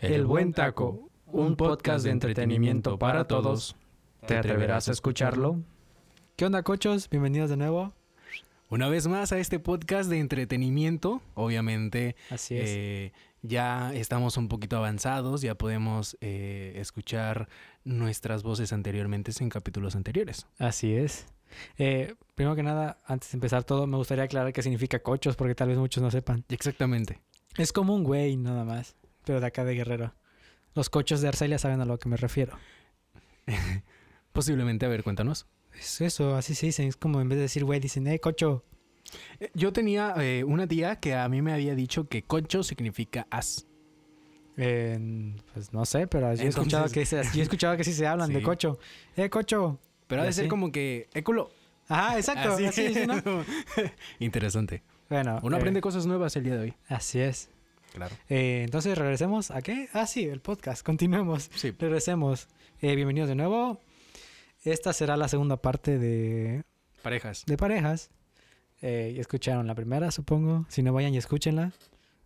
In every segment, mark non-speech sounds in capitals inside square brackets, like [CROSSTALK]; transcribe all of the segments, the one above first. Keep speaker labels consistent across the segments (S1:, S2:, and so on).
S1: El Buen Taco, un podcast de entretenimiento para todos. ¿Te atreverás a escucharlo?
S2: ¿Qué onda, cochos? Bienvenidos de nuevo.
S3: Una vez más a este podcast de entretenimiento, obviamente
S2: Así es.
S3: eh, ya estamos un poquito avanzados, ya podemos eh, escuchar nuestras voces anteriormente en capítulos anteriores.
S2: Así es. Eh, primero que nada, antes de empezar todo, me gustaría aclarar qué significa cochos, porque tal vez muchos no sepan.
S3: Exactamente.
S2: Es como un güey, nada más, pero de acá de Guerrero. Los cochos de Arcelia saben a lo que me refiero.
S3: Posiblemente, a ver, cuéntanos.
S2: Es eso, así se dicen. Es como en vez de decir güey, dicen, eh, cocho.
S3: Eh, Yo tenía eh, una tía que a mí me había dicho que concho significa as.
S2: Eh, pues no sé, pero yo he,
S3: Entonces-
S2: escuchado que, se- yo he escuchado que sí se hablan de
S3: Sí.
S2: cocho. Eh, cocho.
S3: Pero ha de
S2: Ya
S3: ser
S2: sé.
S3: como que éculo.
S2: Ajá, exacto. Así, es, ¿no?
S3: Interesante.
S2: Bueno.
S3: Uno
S2: eh,
S3: aprende cosas nuevas el día de hoy.
S2: Así es.
S3: Claro.
S2: Eh, entonces, regresemos a qué? Ah, sí, el podcast. Continuemos.
S3: Sí.
S2: Regresemos. Eh, bienvenidos de nuevo. Esta será la segunda parte de,
S3: Parejas.
S2: de parejas. Eh, ya escucharon la primera, supongo. Si no vayan y escúchenla.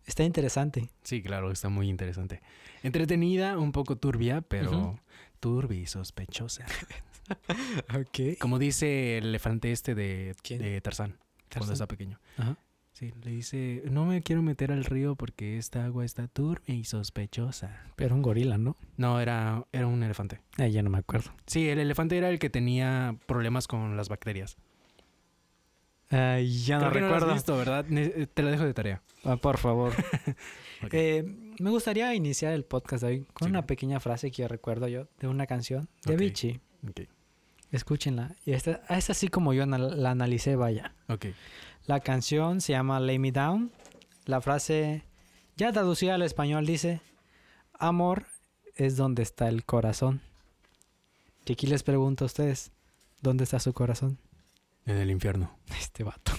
S2: Está interesante.
S3: Sí, claro, está muy interesante. Entretenida, un poco turbia, pero
S2: Ujú.
S3: turbia y sospechosa.
S2: [LAUGHS] Ok.
S3: Como dice el elefante este de,
S2: ¿Quién?
S3: de Tarzán,
S2: Tarzán.
S3: cuando está pequeño.
S2: Ajá.
S3: Sí, le dice, no me quiero meter al río porque esta agua está turbia y sospechosa.
S2: Pero un gorila, ¿no?
S3: No, era, era un elefante.
S2: Eh, ya no me acuerdo.
S3: Sí, el elefante era el que tenía problemas con las bacterias.
S2: Ay, ya no
S3: Creo que lo has
S2: Ah, recuerdo.
S3: visto, ¿verdad? Ne- eh, Te la dejo de tarea.
S2: Ah, por [LAUGHS] favor.
S3: Ok.
S2: Eh, me gustaría iniciar el podcast de hoy con
S3: Sí.
S2: una pequeña frase que yo recuerdo yo de una canción de
S3: Ok.
S2: Avicii.
S3: Ok.
S2: Escúchenla. Y esta, es así como yo anal- la analicé, vaya.
S3: Ok.
S2: La canción se llama Lay Me Down. La frase, ya traducida al español, dice: Amor es donde está el corazón. Que aquí les pregunto a ustedes: ¿dónde está su corazón? [LAUGHS]
S3: En el infierno.
S2: Este vato.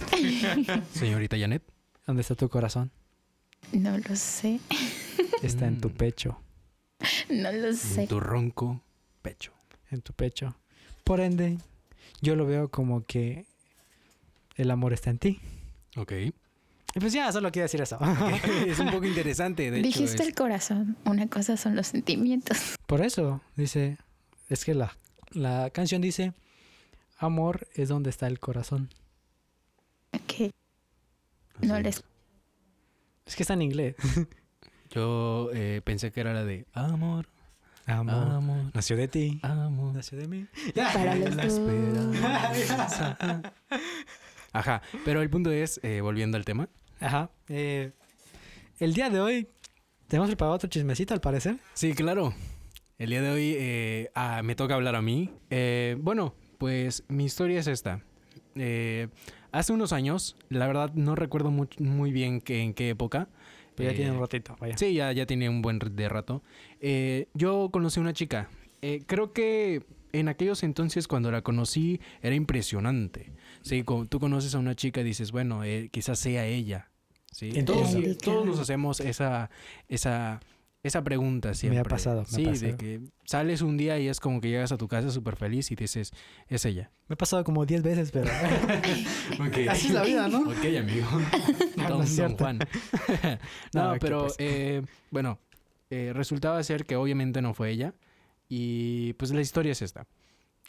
S3: Señorita Janet.
S2: ¿Dónde está tu corazón?
S4: No lo sé,
S2: Está en tu
S3: Mm.
S2: pecho.
S4: no lo
S3: en
S4: sé.
S3: Tu ronco pecho.
S2: En tu pecho. Por ende, yo lo veo como que el amor está en ti.
S3: Ok.
S2: Y pues ya, solo quiero decir eso. [LAUGHS]
S3: [LAUGHS] es un poco interesante, de hecho.
S4: Dijiste
S3: es-
S4: el corazón, una cosa son los sentimientos. [LAUGHS]
S2: Por eso, dice, es que la, la canción dice, amor es donde está el corazón.
S4: Ok,
S3: Así
S4: No
S3: es.
S4: les-
S2: Es que está en inglés.
S3: Yo eh, pensé que era la de amor,
S2: Amor.
S3: [LAUGHS] amor,
S2: Nació de ti.
S3: amor.
S2: Ah. Nació
S3: [LAUGHS]
S2: de mí.
S4: para los
S3: La esperanza. [LAUGHS] Ajá, pero el punto es, eh, volviendo al tema.
S2: Ajá. eh, el día de hoy, tenemos preparado otro chismecito al parecer.
S3: Sí, claro. El día de hoy eh, ah, me toca hablar a mí. Eh, bueno, pues mi historia es esta. Eh, hace unos años, la verdad no recuerdo mu- muy bien que, en qué época.
S2: Pero ya
S3: eh,
S2: tiene un ratito, vaya.
S3: Sí, ya, ya tiene un buen r- de rato. Eh, yo conocí a una chica. Eh, creo que en aquellos entonces cuando la conocí era impresionante. Sí, co- tú conoces a una chica y dices, bueno, eh, quizás sea ella. Sí,
S2: Entiendo.
S3: todos,
S4: Indica.
S3: todos nos hacemos esa, esa, esa pregunta siempre.
S2: pasado, me ha
S3: sí, de
S2: pasado.
S3: que sales un día y es como que llegas a tu casa súper feliz y dices, es ella.
S2: Me he pasado como 10
S3: [LAUGHS]
S2: veces, pero así es la vida, ¿no? Ah,
S3: Ok,
S2: [LAUGHS]
S3: amigo.
S2: No, no
S3: Don,
S2: es
S3: Don
S2: cierto. [LAUGHS]
S3: Juan.
S2: No,
S3: no,
S2: ¿qué
S3: pero
S2: pasa?
S3: eh, bueno, eh, resultaba ser que obviamente no fue ella. Y pues la historia es esta.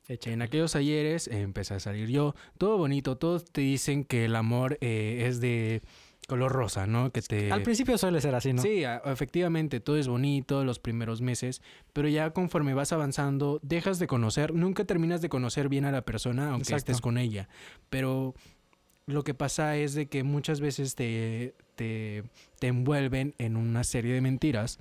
S3: En aquellos ayeres eh, empecé a salir yo, todo bonito, todos te dicen que el amor eh, es de color rosa, ¿no? Que te...
S2: Al principio suele ser así, ¿no?
S3: Sí, a- efectivamente, todo es bonito los primeros meses, pero ya conforme vas avanzando, dejas de conocer, nunca terminas de conocer bien a la persona, aunque
S2: Exacto.
S3: estés con ella. Pero lo que pasa es de que muchas veces te, te, te envuelven en una serie de mentiras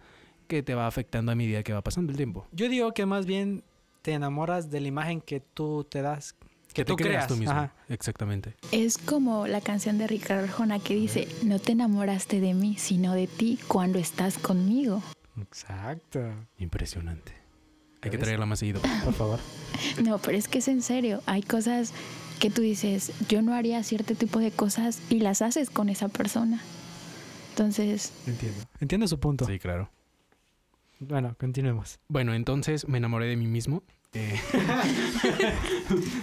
S3: que te va afectando a medida que va pasando el tiempo.
S2: Yo digo que más bien te enamoras de la imagen que tú te das.
S3: Que
S2: te
S3: tú creas
S2: creas,
S3: tú mismo.
S2: ajá.
S3: Exactamente.
S4: Es como la canción de Ricardo Arjona que dice, no te enamoraste de mí, sino de ti cuando estás conmigo.
S2: Exacto.
S3: Impresionante. Hay
S2: ¿Ya
S3: que
S2: ves?
S3: traerla más seguido.
S2: Por favor.
S4: No, pero es que es en serio, hay cosas que tú dices, yo no haría cierto tipo de cosas y las haces con esa persona. Entonces,
S2: Entiendo. Entiendo su punto.
S3: Sí, claro.
S2: Bueno, continuemos.
S3: Bueno, entonces me enamoré de mí mismo. eh,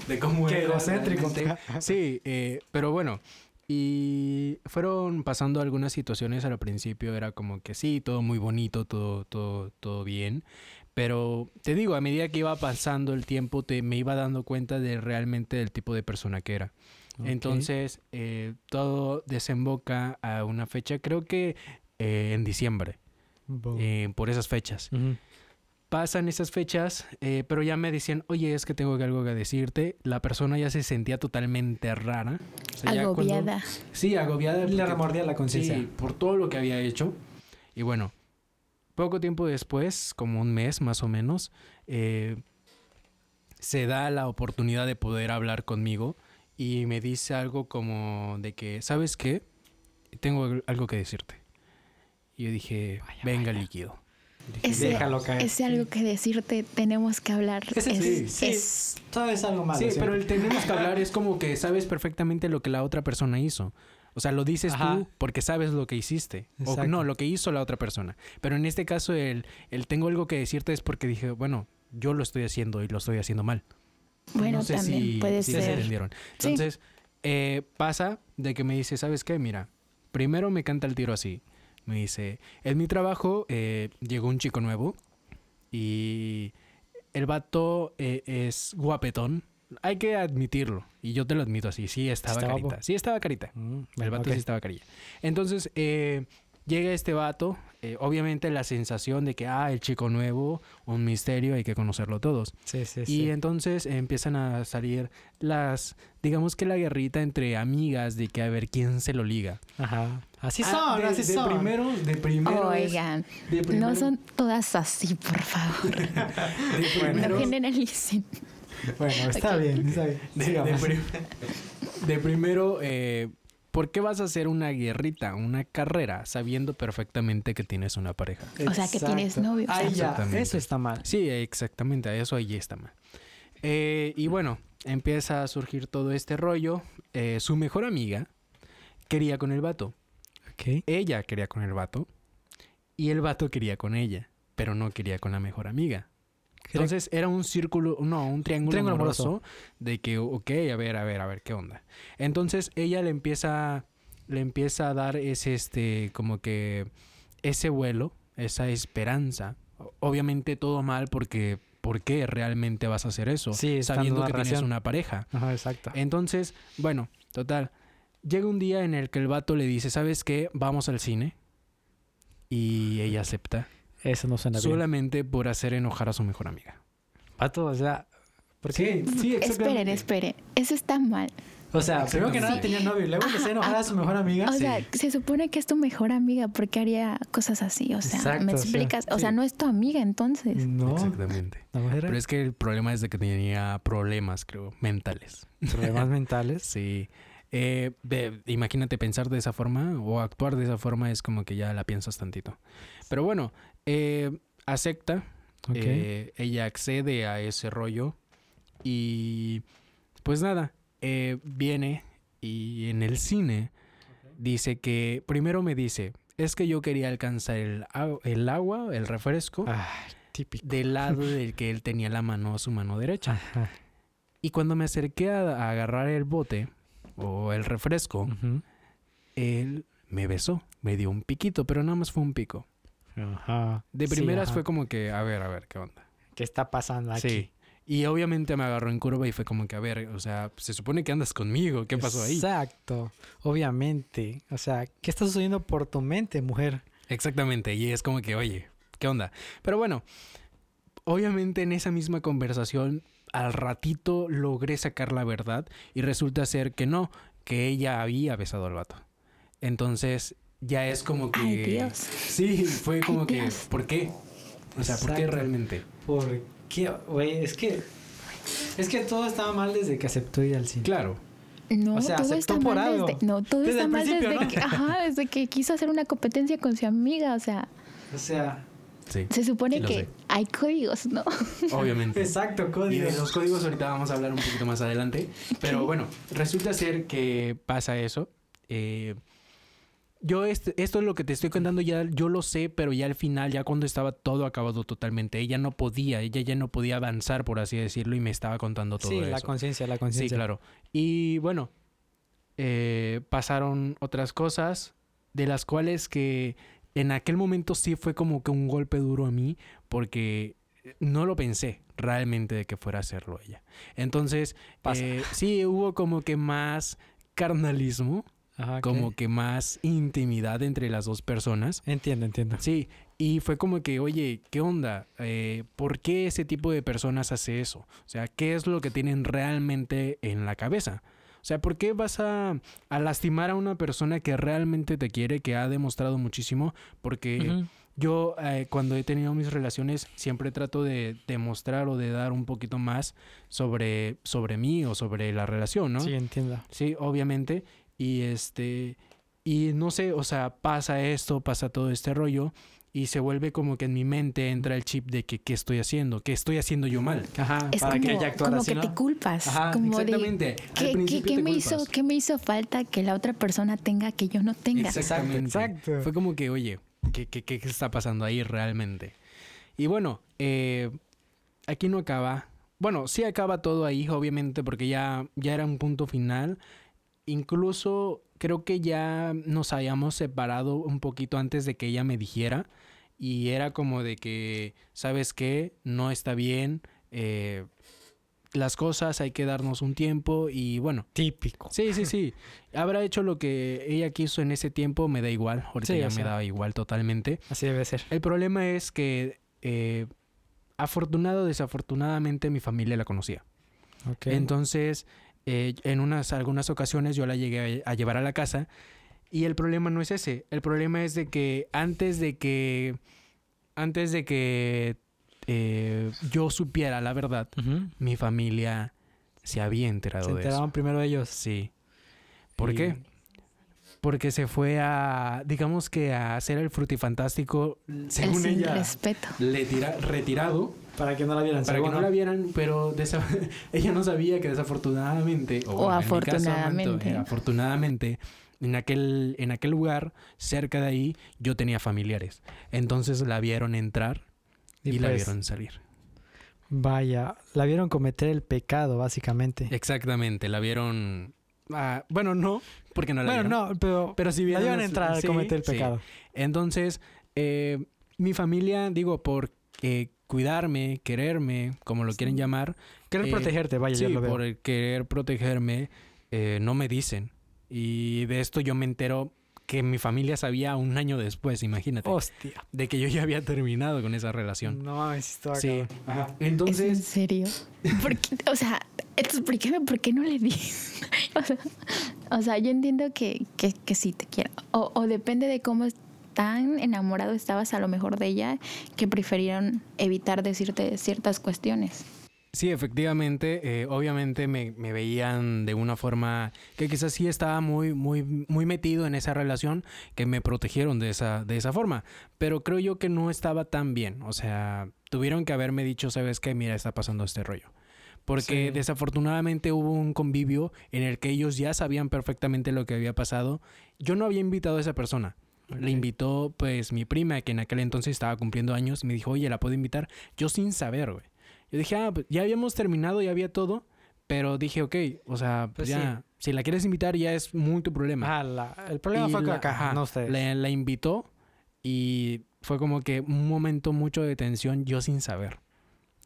S3: de cómo
S2: Qué
S3: era
S2: egocétrico.
S3: realmente. Sí, eh, pero bueno. Y fueron pasando algunas situaciones al principio, era como que sí, todo muy bonito, todo, todo, todo bien. Pero te digo, a medida que iba pasando el tiempo, te, me iba dando cuenta de realmente del tipo de persona que era.
S2: Ok.
S3: Entonces, eh, todo desemboca a una fecha, creo que eh, en diciembre,
S2: Oh.
S3: eh, por esas fechas.
S2: Ujú.
S3: Pasan esas fechas, eh, pero ya me decían, oye, es que tengo algo que decirte. La persona ya se sentía totalmente rara. O sea, ya cuando-
S4: agobiada.
S3: Sí, agobiada.
S2: Le
S3: porque-
S2: remordía la conciencia.
S3: Sí, por todo lo que había hecho. Y bueno, poco tiempo después, como un mes más o menos, eh, se da la oportunidad de poder hablar conmigo y me dice algo como de que, ¿sabes qué? Tengo al- algo que decirte. Y yo dije,
S2: Vaya,
S3: venga
S2: vaya.
S3: líquido.
S4: Ese,
S2: Déjalo
S3: Ah,
S2: caer.
S4: ese algo que decirte, tenemos que hablar.
S2: Ese
S4: es,
S2: sí, sí.
S4: es-
S2: Todo es algo malo.
S3: Sí, pero
S2: siempre.
S3: el tenemos que
S2: [LAUGHS]
S3: hablar es como que sabes perfectamente lo que la otra persona hizo. O sea, lo dices
S2: Ajá.
S3: tú porque sabes lo que hiciste. O
S2: Exacto.
S3: no, lo que hizo la otra persona. Pero en este caso, el, el tengo algo que decirte es porque dije, bueno, yo lo estoy haciendo y lo estoy haciendo mal.
S4: bueno,
S3: no sé
S4: también
S3: si,
S4: puede
S3: si se
S4: ser.
S3: entendieron.
S4: Sí.
S3: Entonces, eh, pasa de que me dice, ¿sabes qué? Mira, primero me canta el tiro así. Me dice, en mi trabajo eh, llegó un chico nuevo y el vato eh, es guapetón. Hay que admitirlo. Y yo te lo admito así. Sí, estaba
S2: Está guapo.
S3: carita. Sí, estaba carita.
S2: Mm,
S3: El vato
S2: ok.
S3: sí estaba carilla. Entonces, eh, llega este vato. eh, obviamente la sensación de que, ah, el chico nuevo, un misterio, hay que conocerlo todos.
S2: Sí, sí,
S3: Y
S2: sí.
S3: entonces empiezan a salir las, digamos que la guerrita entre amigas de que a ver quién se lo liga.
S2: Ajá. Así
S3: Ah,
S2: son,
S3: de-
S2: así
S3: de
S2: son.
S3: primero, de
S4: Oh,
S3: primero es-
S4: Oigan,
S3: de
S4: no
S3: primero-
S4: son todas así, por favor.
S3: de primero-
S4: No generalicen.
S2: Bueno, está
S4: Ok.
S2: bien, está bien.
S3: de- de
S2: Sigamos.
S3: prim- de primero, eh, ¿por qué vas a hacer una guerrita, una carrera, sabiendo perfectamente que tienes una pareja?
S4: O sea, que tienes
S2: Exacto.
S4: novio, o sea.
S2: Ahí ya,
S3: Exactamente.
S2: eso está mal.
S3: Sí, exactamente, a eso ahí está mal. Eh, y bueno, empieza a surgir todo este rollo. Eh, su mejor amiga quería con el vato.
S2: Ok.
S3: ella quería con el vato y el vato quería con ella, pero no quería con la mejor amiga. Entonces era un círculo, no, un triángulo,
S2: triángulo
S3: amoroso,
S2: amoroso.
S3: de que, ok, a ver, a ver, a ver, ¿qué onda? Entonces ella le empieza, le empieza a dar ese, este, como que, ese vuelo, esa esperanza. O- Obviamente todo mal porque, ¿por qué realmente vas a hacer eso?
S2: Sí, estando en
S3: sabiendo
S2: una
S3: que tienes
S2: relación. Ah.
S3: una pareja.
S2: Ajá, exacto.
S3: Entonces, bueno, total. Llega un día en el que el vato le dice, ¿sabes qué? Vamos al cine. Y ella acepta.
S2: Eso no suena bien.
S3: Solamente por hacer enojar a su mejor amiga.
S2: Vato, o sea, ¿por qué?
S4: Esperen, esperen. Eso está mal.
S2: O sea, primero que nada tenía novio, y luego empecé a enojar a su mejor amiga.
S4: O sea, se supone que es tu mejor amiga. ¿Por qué haría cosas así? O sea,
S2: Exacto,
S4: ¿me
S2: o sea, Mm.
S4: explicas? O sea, no es tu amiga entonces.
S2: no,
S3: Exactamente.
S2: no era
S3: Pero es que el problema es de que tenía problemas, creo, mentales. [LAUGHS]
S2: problemas mentales.
S3: Sí. Eh, ve- imagínate pensar de esa forma o actuar de esa forma es como que ya la piensas tantito. Pero bueno, eh, acepta.
S2: Ok.
S3: Eh, ella accede a ese rollo y pues nada, eh, viene y en el cine dice que primero me dice, es que yo quería alcanzar el, au- el agua, el refresco,
S2: Ah, típico.
S3: del lado del que él tenía la mano, su mano derecha.
S2: Ajá.
S3: Y cuando me acerqué a, a agarrar el bote o el refresco,
S2: Ujú.
S3: él me besó, me dio un piquito, pero nada más fue un pico.
S2: Ajá.
S3: De
S2: Sí,
S3: primeras
S2: ajá.
S3: fue como que, a ver, a ver, ¿qué onda?
S2: ¿Qué está pasando aquí?
S3: Sí. Y obviamente me agarró en curva y fue como que, a ver, o sea, se supone que andas conmigo, ¿qué pasó ahí?
S2: Exacto. Obviamente. O sea, ¿qué está sucediendo por tu mente, mujer?
S3: Exactamente, y es como que, oye, ¿qué onda? Pero bueno, obviamente en esa misma conversación, al ratito logré sacar la verdad y resulta ser que no, que ella había besado al vato. Entonces, ya es como que...
S4: Ay, Dios.
S3: Sí, fue como
S4: Ay,
S3: que,
S4: Dios.
S3: ¿por qué? O sea, ¿por qué
S2: Exacto.
S3: realmente?
S2: ¿Por qué? Güey, es que. Es que todo estaba mal desde que aceptó ir al cine.
S3: Claro.
S4: No,
S2: O sea,
S4: todo
S2: aceptó
S4: está
S2: por
S4: mal
S2: algo.
S4: desde, no, todo
S2: Desde
S4: está
S2: el
S4: mal
S2: principio,
S4: desde
S2: ¿no?
S4: que, ajá, desde que quiso hacer una competencia con su amiga, o sea,
S2: O sea, [LAUGHS]
S3: Sí,
S4: se supone
S3: Sí, lo
S4: que
S3: sé.
S4: hay códigos, ¿no? [LAUGHS]
S3: obviamente.
S2: exacto,
S3: Y
S2: código.
S3: de
S2: [LAUGHS]
S3: los códigos ahorita vamos a hablar un poquito más adelante. Pero bueno, resulta ser que pasa eso. Eh, yo est- esto es lo que te estoy contando, ya yo lo sé, pero ya al final, ya cuando estaba todo acabado totalmente, ella no podía, ella ya no podía avanzar, por así decirlo, y me estaba contando todo
S2: Sí,
S3: eso.
S2: la conciencia, la
S3: Sí,
S2: conciencia.
S3: claro. Y bueno, eh, pasaron otras cosas de las cuales que en aquel momento sí fue como que un golpe duro a mí porque no lo pensé realmente de que fuera a hacerlo ella. Entonces,
S2: Pasa.
S3: eh, sí hubo como que más carnalismo,
S2: Ajá, ok.
S3: como que más intimidad entre las dos personas.
S2: Entiendo, entiendo.
S3: Sí, y fue como que, oye, ¿qué onda? Eh, ¿Por qué ese tipo de personas hace eso? O sea, ¿qué es lo que tienen realmente en la cabeza? O sea, ¿por qué vas a, a lastimar a una persona que realmente te quiere, que ha demostrado muchísimo? Porque
S2: Ujú.
S3: yo eh, cuando he tenido mis relaciones siempre trato de demostrar o de dar un poquito más sobre, sobre mí o sobre la relación, ¿no?
S2: Sí, entiendo.
S3: Sí, obviamente. Y este. Y no sé, o sea, pasa esto, pasa todo este rollo. Y se vuelve como que en mi mente entra el chip de que qué estoy haciendo, qué estoy haciendo yo mal.
S2: Ajá,
S4: Es
S2: para
S4: como,
S2: que ella actuara
S4: como
S2: así,
S4: que
S2: ¿no?
S4: te culpas. como de,
S3: exactamente.
S4: ¿qué- qué- qué me hizo, ¿Qué me hizo falta que la otra persona tenga que yo no tenga?
S3: Exactamente.
S2: Exacto.
S3: Fue como que, oye, ¿qué, qué, qué está pasando ahí realmente? Y bueno, eh, aquí no acaba. Bueno, sí acaba todo ahí, obviamente, porque ya, ya era un punto final. Incluso creo que ya nos habíamos separado un poquito antes de que ella me dijera. Y era como de que, ¿sabes qué? No está bien. eh, las cosas hay que darnos un tiempo. Y bueno,
S2: Típico.
S3: Sí, sí, sí. Habrá hecho lo que ella quiso en ese tiempo, me da igual. Ahorita
S2: Sí,
S3: ya
S2: o
S3: me
S2: sea.
S3: da igual totalmente.
S2: Así debe ser.
S3: El problema es que, eh, afortunado o desafortunadamente, mi familia la conocía.
S2: Ok.
S3: Entonces, eh, en unas algunas ocasiones yo la llegué a, a llevar a la casa. Y el problema no es ese. El problema es de que antes de que. Antes de que eh, yo supiera la verdad,
S2: Ujú.
S3: mi familia se había enterado
S2: Se
S3: de eso.
S2: enteraron primero ellos.
S3: Sí. ¿Por
S2: Y-
S3: qué? Porque se fue a, digamos que a hacer el frutifantástico,
S4: El
S3: según
S4: sin
S3: ella,
S4: respeto.
S3: le tira- retirado
S2: Para que no la vieran.
S3: para que no
S2: seguro.
S3: la vieran, pero desa- [LAUGHS] ella no sabía que desafortunadamente, o,
S4: O
S3: bueno, en mi caso, Manto,
S4: afortunadamente.
S3: eh, afortunadamente, en aquel, en aquel lugar, cerca de ahí, yo tenía familiares. Entonces la vieron entrar y, la
S2: pues,
S3: vieron salir.
S2: Vaya, la vieron cometer el pecado, básicamente.
S3: Exactamente, la vieron... ah, bueno, no, porque no la
S2: bueno,
S3: vieron.
S2: no, pero,
S3: Pero si
S2: la
S3: vieron
S2: vieron
S3: es-
S2: entrar
S3: sí,
S2: a cometer el
S3: sí.
S2: pecado.
S3: Entonces, eh, mi familia, digo, por eh, cuidarme, quererme, como lo quieren llamar,
S2: Querer
S3: Eh,
S2: protegerte, vaya, yo
S3: sí,
S2: lo veo.
S3: por el querer protegerme, eh, no me dicen. Y de esto yo me entero que mi familia sabía un año después, imagínate,
S2: Hostia.
S3: de que yo ya había terminado con esa relación.
S2: No mames, estaba
S3: Sí,
S2: cabrón.
S3: ajá.
S4: ¿Es en
S3: entonces, [LAUGHS]
S4: serio? ¿Por qué- o sea, explícame por qué no le di. [LAUGHS] o, sea, o sea, yo entiendo que, que, que sí te quiero. O, o depende de cómo tan enamorado estabas a lo mejor de ella que prefirieron evitar decirte ciertas cuestiones.
S3: sí, efectivamente, eh, obviamente me, me veían de una forma que quizás sí estaba muy, muy, muy metido en esa relación, que me protegieron de esa, de esa forma. Pero creo yo que no estaba tan bien. O sea, tuvieron que haberme dicho, ¿sabes qué? Mira, está pasando este rollo. Porque
S2: Sí.
S3: desafortunadamente hubo un convivio en el que ellos ya sabían perfectamente lo que había pasado. Yo no había invitado a esa persona.
S2: Ok.
S3: Le invitó, pues, mi prima, que en aquel entonces estaba cumpliendo años, y me dijo, oye, ¿la puedo invitar? Yo sin saber, güey. Yo dije, ah, pues, ya habíamos terminado, ya había todo, pero dije, ok, o sea,
S2: Pues
S3: ya, si la quieres invitar ya es muy tu problema.
S2: Ajá, Ah, la- el problema
S3: Y
S2: fue
S3: la-
S2: acá,
S3: ajá,
S2: no ustedes.
S3: La, la invitó y fue como que un momento mucho de tensión, yo sin saber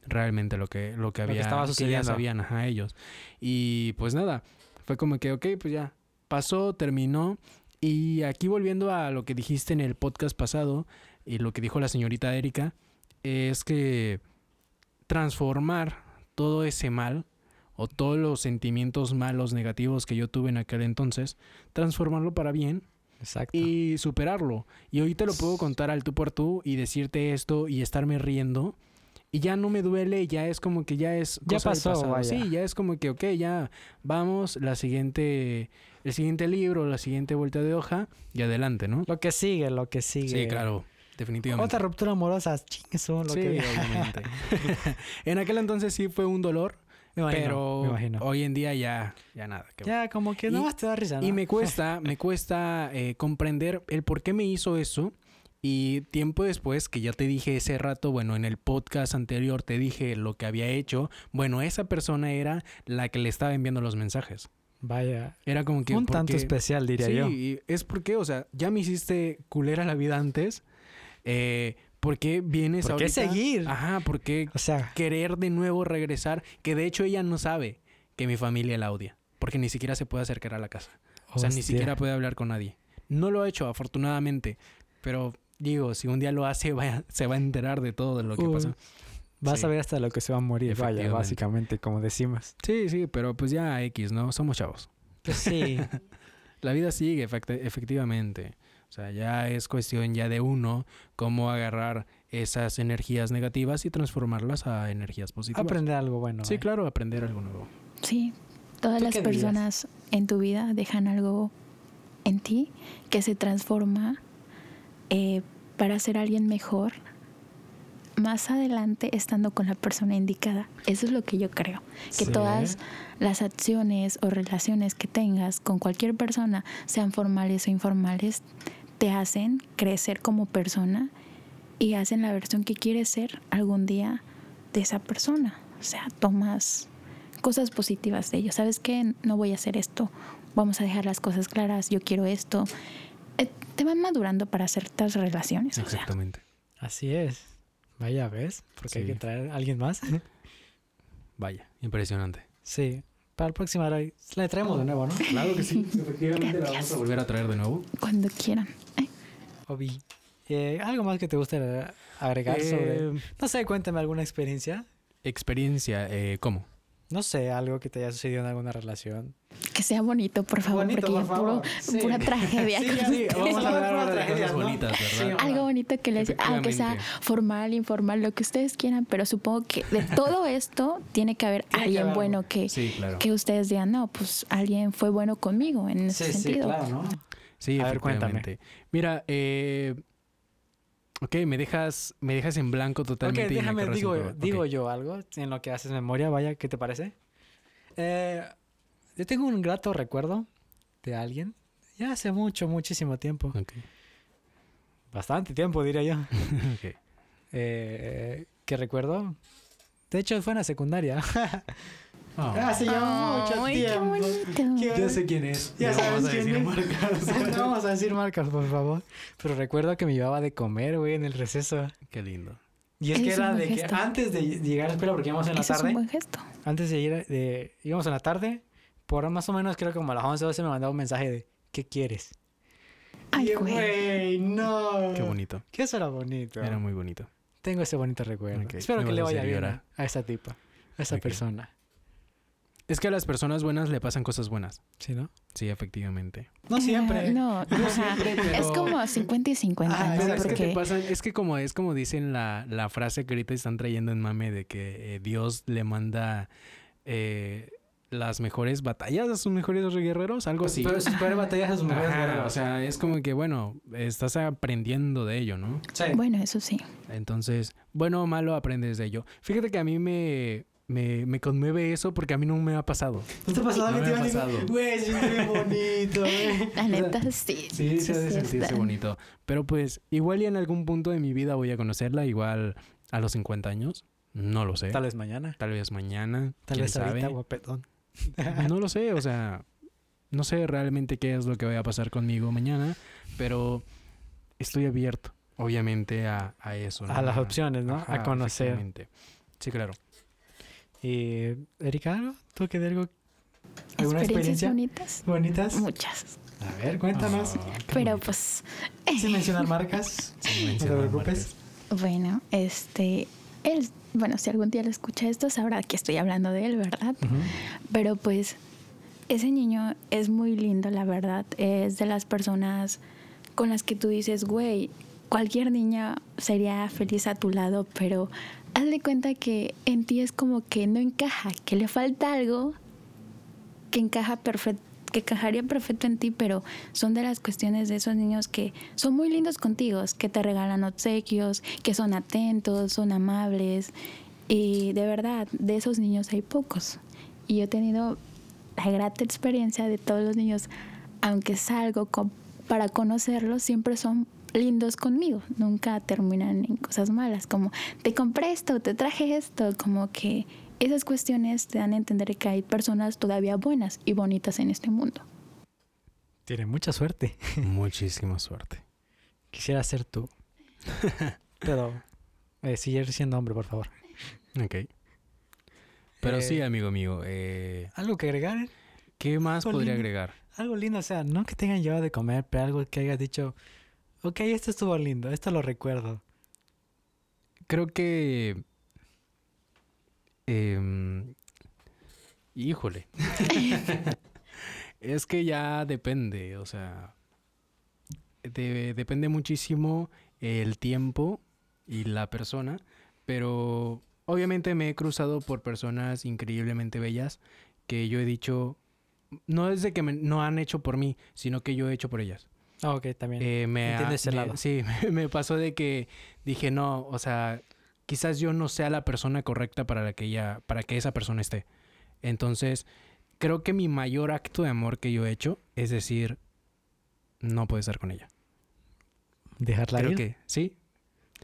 S3: realmente lo que, lo que
S2: Lo que
S3: había
S2: estaba
S3: ya
S2: sucediendo.
S3: sabían, ajá, ellos. Y pues nada, fue como que, ok, pues ya, pasó, terminó. Y aquí volviendo a lo que dijiste en el podcast pasado y lo que dijo la señorita Erika, es que transformar todo ese mal o todos los sentimientos malos, negativos que yo tuve en aquel entonces, transformarlo para bien
S2: Exacto.
S3: y superarlo. Y hoy te lo puedo contar al tú por tú y decirte esto y estarme riendo. Y ya no me duele, ya es como que ya es
S2: Ya
S3: cosa del
S2: pasó,
S3: pasado.
S2: vaya.
S3: Sí, ya es como que, ok, ya vamos, la siguiente, el siguiente libro, la siguiente vuelta de hoja y adelante, ¿no?
S2: Lo que sigue, lo que sigue.
S3: Sí, claro, definitivamente.
S2: Otra ruptura amorosa, chingue su, lo
S3: Sí,
S2: que
S3: obviamente. [LAUGHS] en aquel entonces sí fue un dolor,
S2: Me imagino,
S3: pero
S2: me imagino.
S3: hoy en día ya, ya nada. que-
S2: Ya, como que
S3: Y-
S2: nomás te da risa, ¿no?
S3: Y
S2: [LAUGHS]
S3: me cuesta, me cuesta eh, comprender el por qué me hizo eso. Y tiempo después, que ya te dije ese rato, bueno, en el podcast anterior te dije lo que había hecho. Bueno, esa persona era la que le estaba enviando los mensajes.
S2: Vaya.
S3: Era como que...
S2: un tanto
S3: porque-
S2: especial, diría
S3: sí,
S2: yo.
S3: y es porque, o sea, ya me hiciste culera la vida antes. Eh, ¿Por qué vienes
S2: ¿Por qué
S3: ahorita?
S2: seguir?
S3: Ajá, ¿por qué
S2: O sea,
S3: querer de nuevo regresar? Que de hecho ella no sabe que mi familia la odia. Porque ni siquiera se puede acercar a la casa. O sea, ni
S2: hostia.
S3: siquiera puede hablar con nadie. No lo ha hecho, afortunadamente. Pero digo, si un día lo hace, [LAUGHS] vaya- se va a enterar de todo de lo que
S2: Uy.
S3: pasa.
S2: Vas
S3: Sí.
S2: a ver hasta lo que se va a morir, vaya,
S3: Efectivamente.
S2: básicamente, como decimos.
S3: Sí, sí, pero pues ya X, ¿no? Somos chavos.
S2: [LAUGHS] sí.
S3: La vida sigue, efecti- efectivamente. O sea, ya es cuestión ya de uno cómo agarrar esas energías negativas y transformarlas a energías positivas.
S2: Aprender algo bueno.
S3: pues.
S2: eh.
S3: Sí,
S2: vaya.
S3: claro, aprender algo nuevo.
S4: Sí, todas
S2: ¿Tú
S4: las
S2: qué dirías?
S4: personas en tu vida dejan algo en ti que se transforma eh, para ser alguien mejor más adelante estando con la persona indicada. Eso es lo que yo creo. Que
S2: Sí.
S4: todas las acciones o relaciones que tengas con cualquier persona, sean formales o informales, te hacen crecer como persona y hacen la versión que quieres ser algún día de esa persona. O sea, tomas cosas positivas de ello. ¿Sabes qué? No voy a hacer esto. Vamos a dejar las cosas claras. Yo quiero esto. Eh, te van madurando para ciertas relaciones. O sea,
S3: Exactamente.
S2: Así es. Vaya, ¿ves? Porque hay
S3: Sí.
S2: que traer a alguien más.
S3: Vaya, impresionante.
S2: sí. Para el próximo hoy le traemos
S3: [LAUGHS]
S2: de nuevo, ¿no?
S3: Claro que sí, efectivamente la vamos
S4: Gracias.
S3: a volver a traer de nuevo.
S4: cuando quieran. Ay,
S2: Obi. Eh, ¿Algo más que te guste agregar sobre...?
S3: Eh,
S2: No sé, cuéntame alguna experiencia.
S3: Experiencia, eh, ¿cómo?
S2: No sé, algo que te haya sucedido en alguna relación.
S4: que sea bonito, por favor,
S2: Bonito,
S4: porque
S2: por
S4: ya
S2: favor.
S4: puro-
S2: Sí.
S4: pura tragedia.
S2: [LAUGHS] Sí, ya,
S4: con ustedes.
S2: vamos a hablar ahora de
S3: bonitas,
S2: cosas bonitas,
S3: ¿verdad?
S4: [LAUGHS] Algo bonito que les... Ah, que sea
S3: Efectivamente.
S4: formal, informal, lo que ustedes quieran, pero supongo que de todo esto tiene que haber
S2: Tiene que
S4: alguien
S2: haber algo.
S4: bueno que,
S3: Sí, claro.
S4: que ustedes digan, no, pues alguien fue bueno conmigo en ese sentido.
S2: ¿no?
S3: Sí,
S2: A ver, cuéntame.
S3: efectivamente. Mira, eh, ok, me dejas, me dejas en blanco totalmente.
S2: Ok,
S3: y me
S2: déjame,
S3: corres en
S2: digo,
S3: curva. Ok.
S2: digo yo algo en lo que haces memoria, vaya, ¿qué te parece? Eh, yo tengo un grato recuerdo de alguien, ya hace mucho, muchísimo tiempo,
S3: Ok,
S2: bastante tiempo
S3: [LAUGHS]
S2: diría yo, [LAUGHS]
S3: ok.
S2: eh, que recuerdo, de hecho fue en
S3: [LAUGHS]
S2: la secundaria. [LAUGHS]
S3: Oh.
S4: Ay, qué bonito.
S2: Ah, Ya sé
S3: quién es.
S2: Ya
S3: No
S2: sabes
S3: vamos a
S2: quién
S3: decir
S2: es.
S3: marcas.
S2: [LAUGHS] No vamos a decir marcas, por favor. Pero recuerdo que me llevaba de comer, güey, en el receso.
S3: [LAUGHS] Qué lindo.
S2: Y es que
S4: Eres un
S2: era
S4: buen
S2: de que
S4: gesto.
S2: antes de llegar a la escuela, porque íbamos en la
S4: Eso es
S2: tarde,
S4: un buen gesto.
S2: antes de ir, a- de- íbamos en la tarde, por más o menos creo que como a las 11 o 12 me mandaba un mensaje de, ¿qué quieres?
S4: Ay,
S2: Y,
S4: güey.
S2: no.
S3: Qué bonito.
S2: Que eso era bonito.
S3: Era muy bonito.
S2: Tengo ese bonito recuerdo.
S3: Ok,
S2: Espero
S3: me
S2: que le
S3: vas a
S2: vaya
S3: hacer
S2: bien
S3: llorar.
S2: a esa tipa, a esa
S3: Ok.
S2: persona.
S3: Es que a las personas buenas le pasan cosas buenas.
S2: ¿Sí, no?
S3: Sí, efectivamente.
S2: No siempre.
S4: Ah, No, ajá. es como 50 y 50,
S2: Ah,
S4: ¿no?
S2: pero
S3: es que te
S4: Porque
S3: pasan, es que como es como dicen la, la frase que ahorita están trayendo en mame de que eh, Dios le manda eh, las mejores batallas a sus mejores guerreros, algo así.
S2: Pero super batallas a sus mujeres.
S3: Ajá,
S2: ¿verdad?
S3: o sea, es como que bueno, estás aprendiendo de ello, ¿no?
S2: Sí.
S4: bueno, eso sí.
S3: Entonces, bueno o malo aprendes de ello. Fíjate que a mí me, me, me conmueve eso porque a mí no me ha pasado.
S2: ¿No te ha Este pasado
S3: No
S2: que
S3: me
S2: te
S3: ha
S2: iban y-
S3: pasado.
S2: Güey, sí, es [LAUGHS] muy bonito, eh". güey.
S4: La neta sí.
S3: Sí, se ha de sentirse
S4: está.
S3: bonito. Pero pues, igual y en algún punto de mi vida voy a conocerla, igual a los 50 años, no lo sé.
S2: Tal vez mañana.
S3: Tal vez mañana,
S2: Tal
S3: quién
S2: vez ahorita,
S3: sabe.
S2: guapetón.
S3: [LAUGHS] No lo sé, o sea, no sé realmente qué es lo que vaya a pasar conmigo mañana, pero estoy abierto, obviamente, a, a eso. ¿no?
S2: A las opciones, ¿no?
S3: Ajá,
S2: a conocer.
S3: Ah, efectivamente. Sí, claro.
S2: Y, Erika, ¿algo? ¿tú qué de algo? ¿Alguna
S4: Experiencias
S2: experiencia?
S4: bonitas.
S2: ¿Bonitas?
S4: Muchas.
S2: A ver, cuéntanos.
S3: Ah, qué
S4: Pero
S3: bonito.
S4: pues,
S2: Sin mencionar marcas.
S3: Sí,
S2: No te
S3: mencionar
S2: preocupes.
S4: bueno, este, él, bueno, si algún día lo escucha esto, sabrá que estoy hablando de él, ¿verdad? Pero pues ese niño es muy lindo, la verdad. Es de las personas con las que tú dices, güey, cualquier niña sería feliz a tu lado, pero hazle cuenta que en ti es como que no encaja, que le falta algo que encaja perfecto que encajaría perfecto en ti, pero son de las cuestiones de esos niños que son muy lindos contigo, que te regalan obsequios, que son atentos, son amables, y de verdad, de esos niños hay pocos. Y yo he tenido la grata experiencia de todos los niños, aunque salgo con- para conocerlos, siempre son lindos conmigo, nunca terminan en cosas malas, como te compré esto, te traje esto, como que esas cuestiones te dan a entender que hay personas todavía buenas y bonitas en este mundo.
S2: Tiene mucha suerte.
S3: Muchísima suerte.
S2: Quisiera ser tú. [LAUGHS] Pero eh, sigue siendo hombre, por favor.
S3: Ok. Pero
S2: Eh,
S3: sí, amigo mío. eh,
S2: ¿Algo que agregar?
S3: ¿Qué más
S2: Jolín.
S3: podría agregar?
S2: Algo lindo, o sea, no que tengan llevado de comer, pero algo que hayas dicho, ok, esto estuvo lindo, esto lo recuerdo.
S3: Creo que... em, híjole. [LAUGHS] es que ya depende, o sea... de- depende muchísimo el tiempo y la persona, pero obviamente me he cruzado por personas increíblemente bellas que yo he dicho, no es de que me- no han hecho por mí, sino que yo he hecho por ellas.
S2: Ah, ok, también.
S3: Eh, me ha-
S2: Entiendo ese
S3: me-
S2: lado.
S3: Sí, [LAUGHS] me pasó de que dije, no, o sea, quizás yo no sea la persona correcta para la que ella, para que esa persona esté. Entonces, creo que mi mayor acto de amor que yo he hecho es decir, no puedo estar con ella.
S2: Dejarla
S3: Creo
S2: ir.
S3: que sí.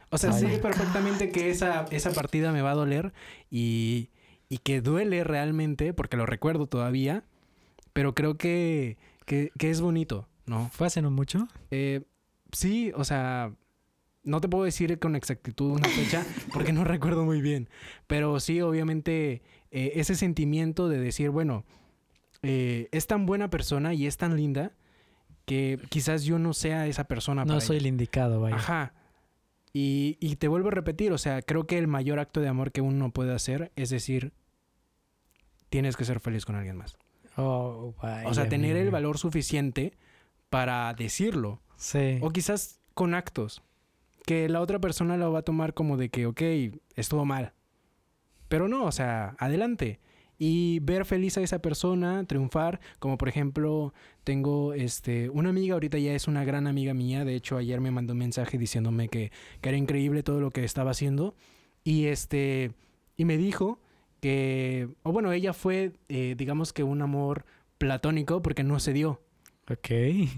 S3: O sea,
S2: Ay.
S3: sé
S2: Oh my
S3: [LAUGHS] perfectamente que esa, esa partida me va a doler y, y que duele realmente porque lo recuerdo todavía, pero creo que, que, que es bonito, ¿no?
S2: ¿Fue hace no mucho?
S3: Eh, sí, o sea, no te puedo decir con exactitud una
S2: [LAUGHS]
S3: fecha porque no recuerdo muy bien. Pero sí, obviamente, eh, ese sentimiento de decir, bueno, eh, es tan buena persona y es tan linda que quizás yo no sea esa persona.
S2: No
S3: para
S2: soy
S3: ella.
S2: el indicado, vaya.
S3: Ajá. Y, y te vuelvo a repetir, o sea, creo que el mayor acto de amor que uno puede hacer es decir, tienes que ser feliz con alguien más.
S2: Oh, vaya,
S3: o sea, tener el
S2: amigo.
S3: valor suficiente para decirlo.
S2: Sí.
S3: O quizás con actos. Que la otra persona lo va a tomar como de que, ok, estuvo mal. Pero no, o sea, adelante. Y ver feliz a esa persona, triunfar. Como por ejemplo, tengo este, una amiga, ahorita ya es una gran amiga mía. De hecho, ayer me mandó un mensaje diciéndome que, que era increíble todo lo que estaba haciendo. Y este. Y me dijo que. O bueno, ella fue, eh, digamos que un amor platónico porque no se dio.
S2: Ok.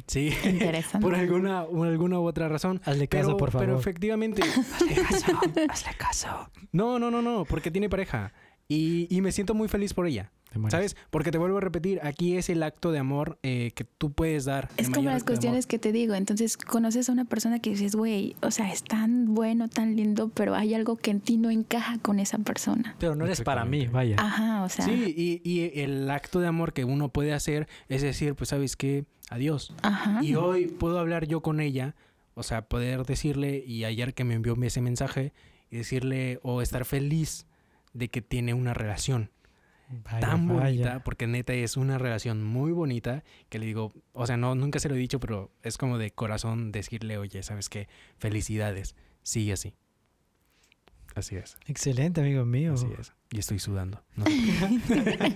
S3: Sí.
S4: Interesante.
S3: por alguna, por alguna u otra razón.
S2: Hazle caso,
S3: Pero,
S2: por favor.
S3: pero efectivamente.
S2: [LAUGHS] Hazle caso, hazle caso.
S3: No, no, no, no, porque tiene pareja. Y, y me siento muy feliz por ella.
S2: Te
S4: Pues.
S2: mueres.
S3: ¿Sabes? Porque te vuelvo a repetir, aquí es el acto de amor eh, que tú puedes dar. el
S4: Es como
S3: mayor
S4: las
S3: acto de amor.
S4: cuestiones que te digo. Entonces, conoces a una persona que dices, güey, o sea, es tan bueno, tan lindo, pero hay algo que en ti no encaja con esa persona.
S2: Pero no eres para mí,
S3: Exactamente.
S2: vaya.
S4: Ajá, o sea.
S3: Sí, y, y el acto de amor que uno puede hacer es decir, pues, ¿sabes qué? Adiós.
S4: Ajá.
S3: Y
S4: [LAUGHS]
S3: hoy puedo hablar yo con ella, o sea, poder decirle, y ayer que me envió ese mensaje, y decirle, o estar feliz de que tiene una relación.
S2: Vaya,
S3: tan
S2: vaya.
S3: bonita, porque neta es una relación muy bonita, que le digo, o sea, no, nunca se lo he dicho, pero es como de corazón decirle, oye, ¿sabes qué? Felicidades, sigue así. Así es,
S2: Excelente, amigo mío.
S3: así es. Y estoy sudando. ¿no?
S2: [LAUGHS]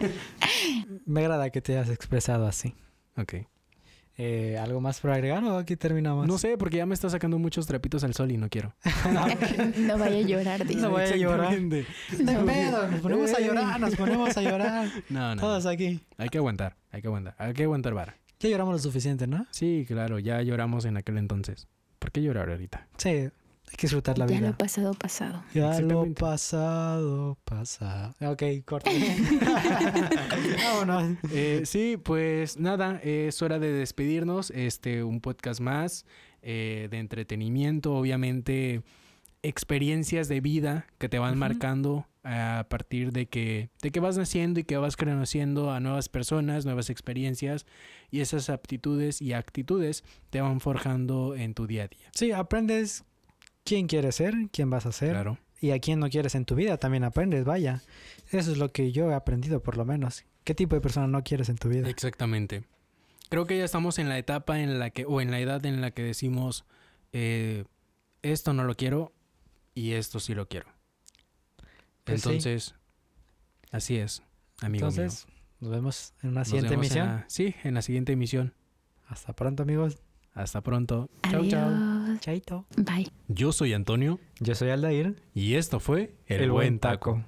S2: Me agrada que te hayas expresado así.
S3: Ok.
S2: Eh, ¿Algo más por agregar o aquí terminamos? [LAUGHS]
S3: No sé, porque ya me está sacando muchos trapitos al sol y no quiero.
S4: no vaya a llorar, dice.
S2: No vaya Ah, a llorar.
S3: Exactamente.
S2: De pedo, nos ponemos a llorar,
S3: Eh.
S2: nos ponemos
S3: [LAUGHS]
S2: a llorar.
S3: No, no,
S2: Todos
S3: no.
S2: aquí.
S3: Hay que aguantar, hay que aguantar, hay que aguantar vara.
S2: Ya lloramos lo suficiente, ¿no?
S3: Sí, claro, ya lloramos en aquel entonces. ¿Por qué llorar ahorita?
S2: Sí, hay que disfrutar la
S4: ya
S2: vida.
S4: lo pasado, pasado.
S2: Ya lo
S3: Exactamente.
S2: pasado, pasado. Ok, corta. [LAUGHS] Vámonos.
S3: Eh, sí, pues nada, es hora de despedirnos. Este, un podcast más eh, de entretenimiento, obviamente experiencias de vida que te van
S2: Ujú.
S3: marcando a partir de que, de que vas naciendo y que vas conociendo a nuevas personas, nuevas experiencias y esas aptitudes y actitudes te van forjando en tu día a día.
S2: Sí, aprendes quién quieres ser, quién vas a ser
S3: Claro.
S2: y a quién no quieres en tu vida. También aprendes, vaya. Eso es lo que yo he aprendido, por lo menos. ¿Qué tipo de persona no quieres en tu vida?
S3: Exactamente. Creo que ya estamos en la etapa en la que, o en la edad en la que decimos, eh, esto no lo quiero y esto sí lo quiero.
S2: Pues sí.
S3: Entonces, así es, amigo
S2: Entonces, nos vemos en
S3: mío.
S2: una
S3: Nos
S2: siguiente
S3: vemos en
S2: emisión.
S3: la- sí, en la siguiente emisión.
S2: Hasta pronto, amigos.
S3: Hasta pronto. Chau,
S4: Adiós.
S3: chau.
S2: Chaito.
S4: Bye.
S3: Yo soy Antonio
S2: Yo soy Aldair.
S3: y esto fue
S2: El Buen Taco.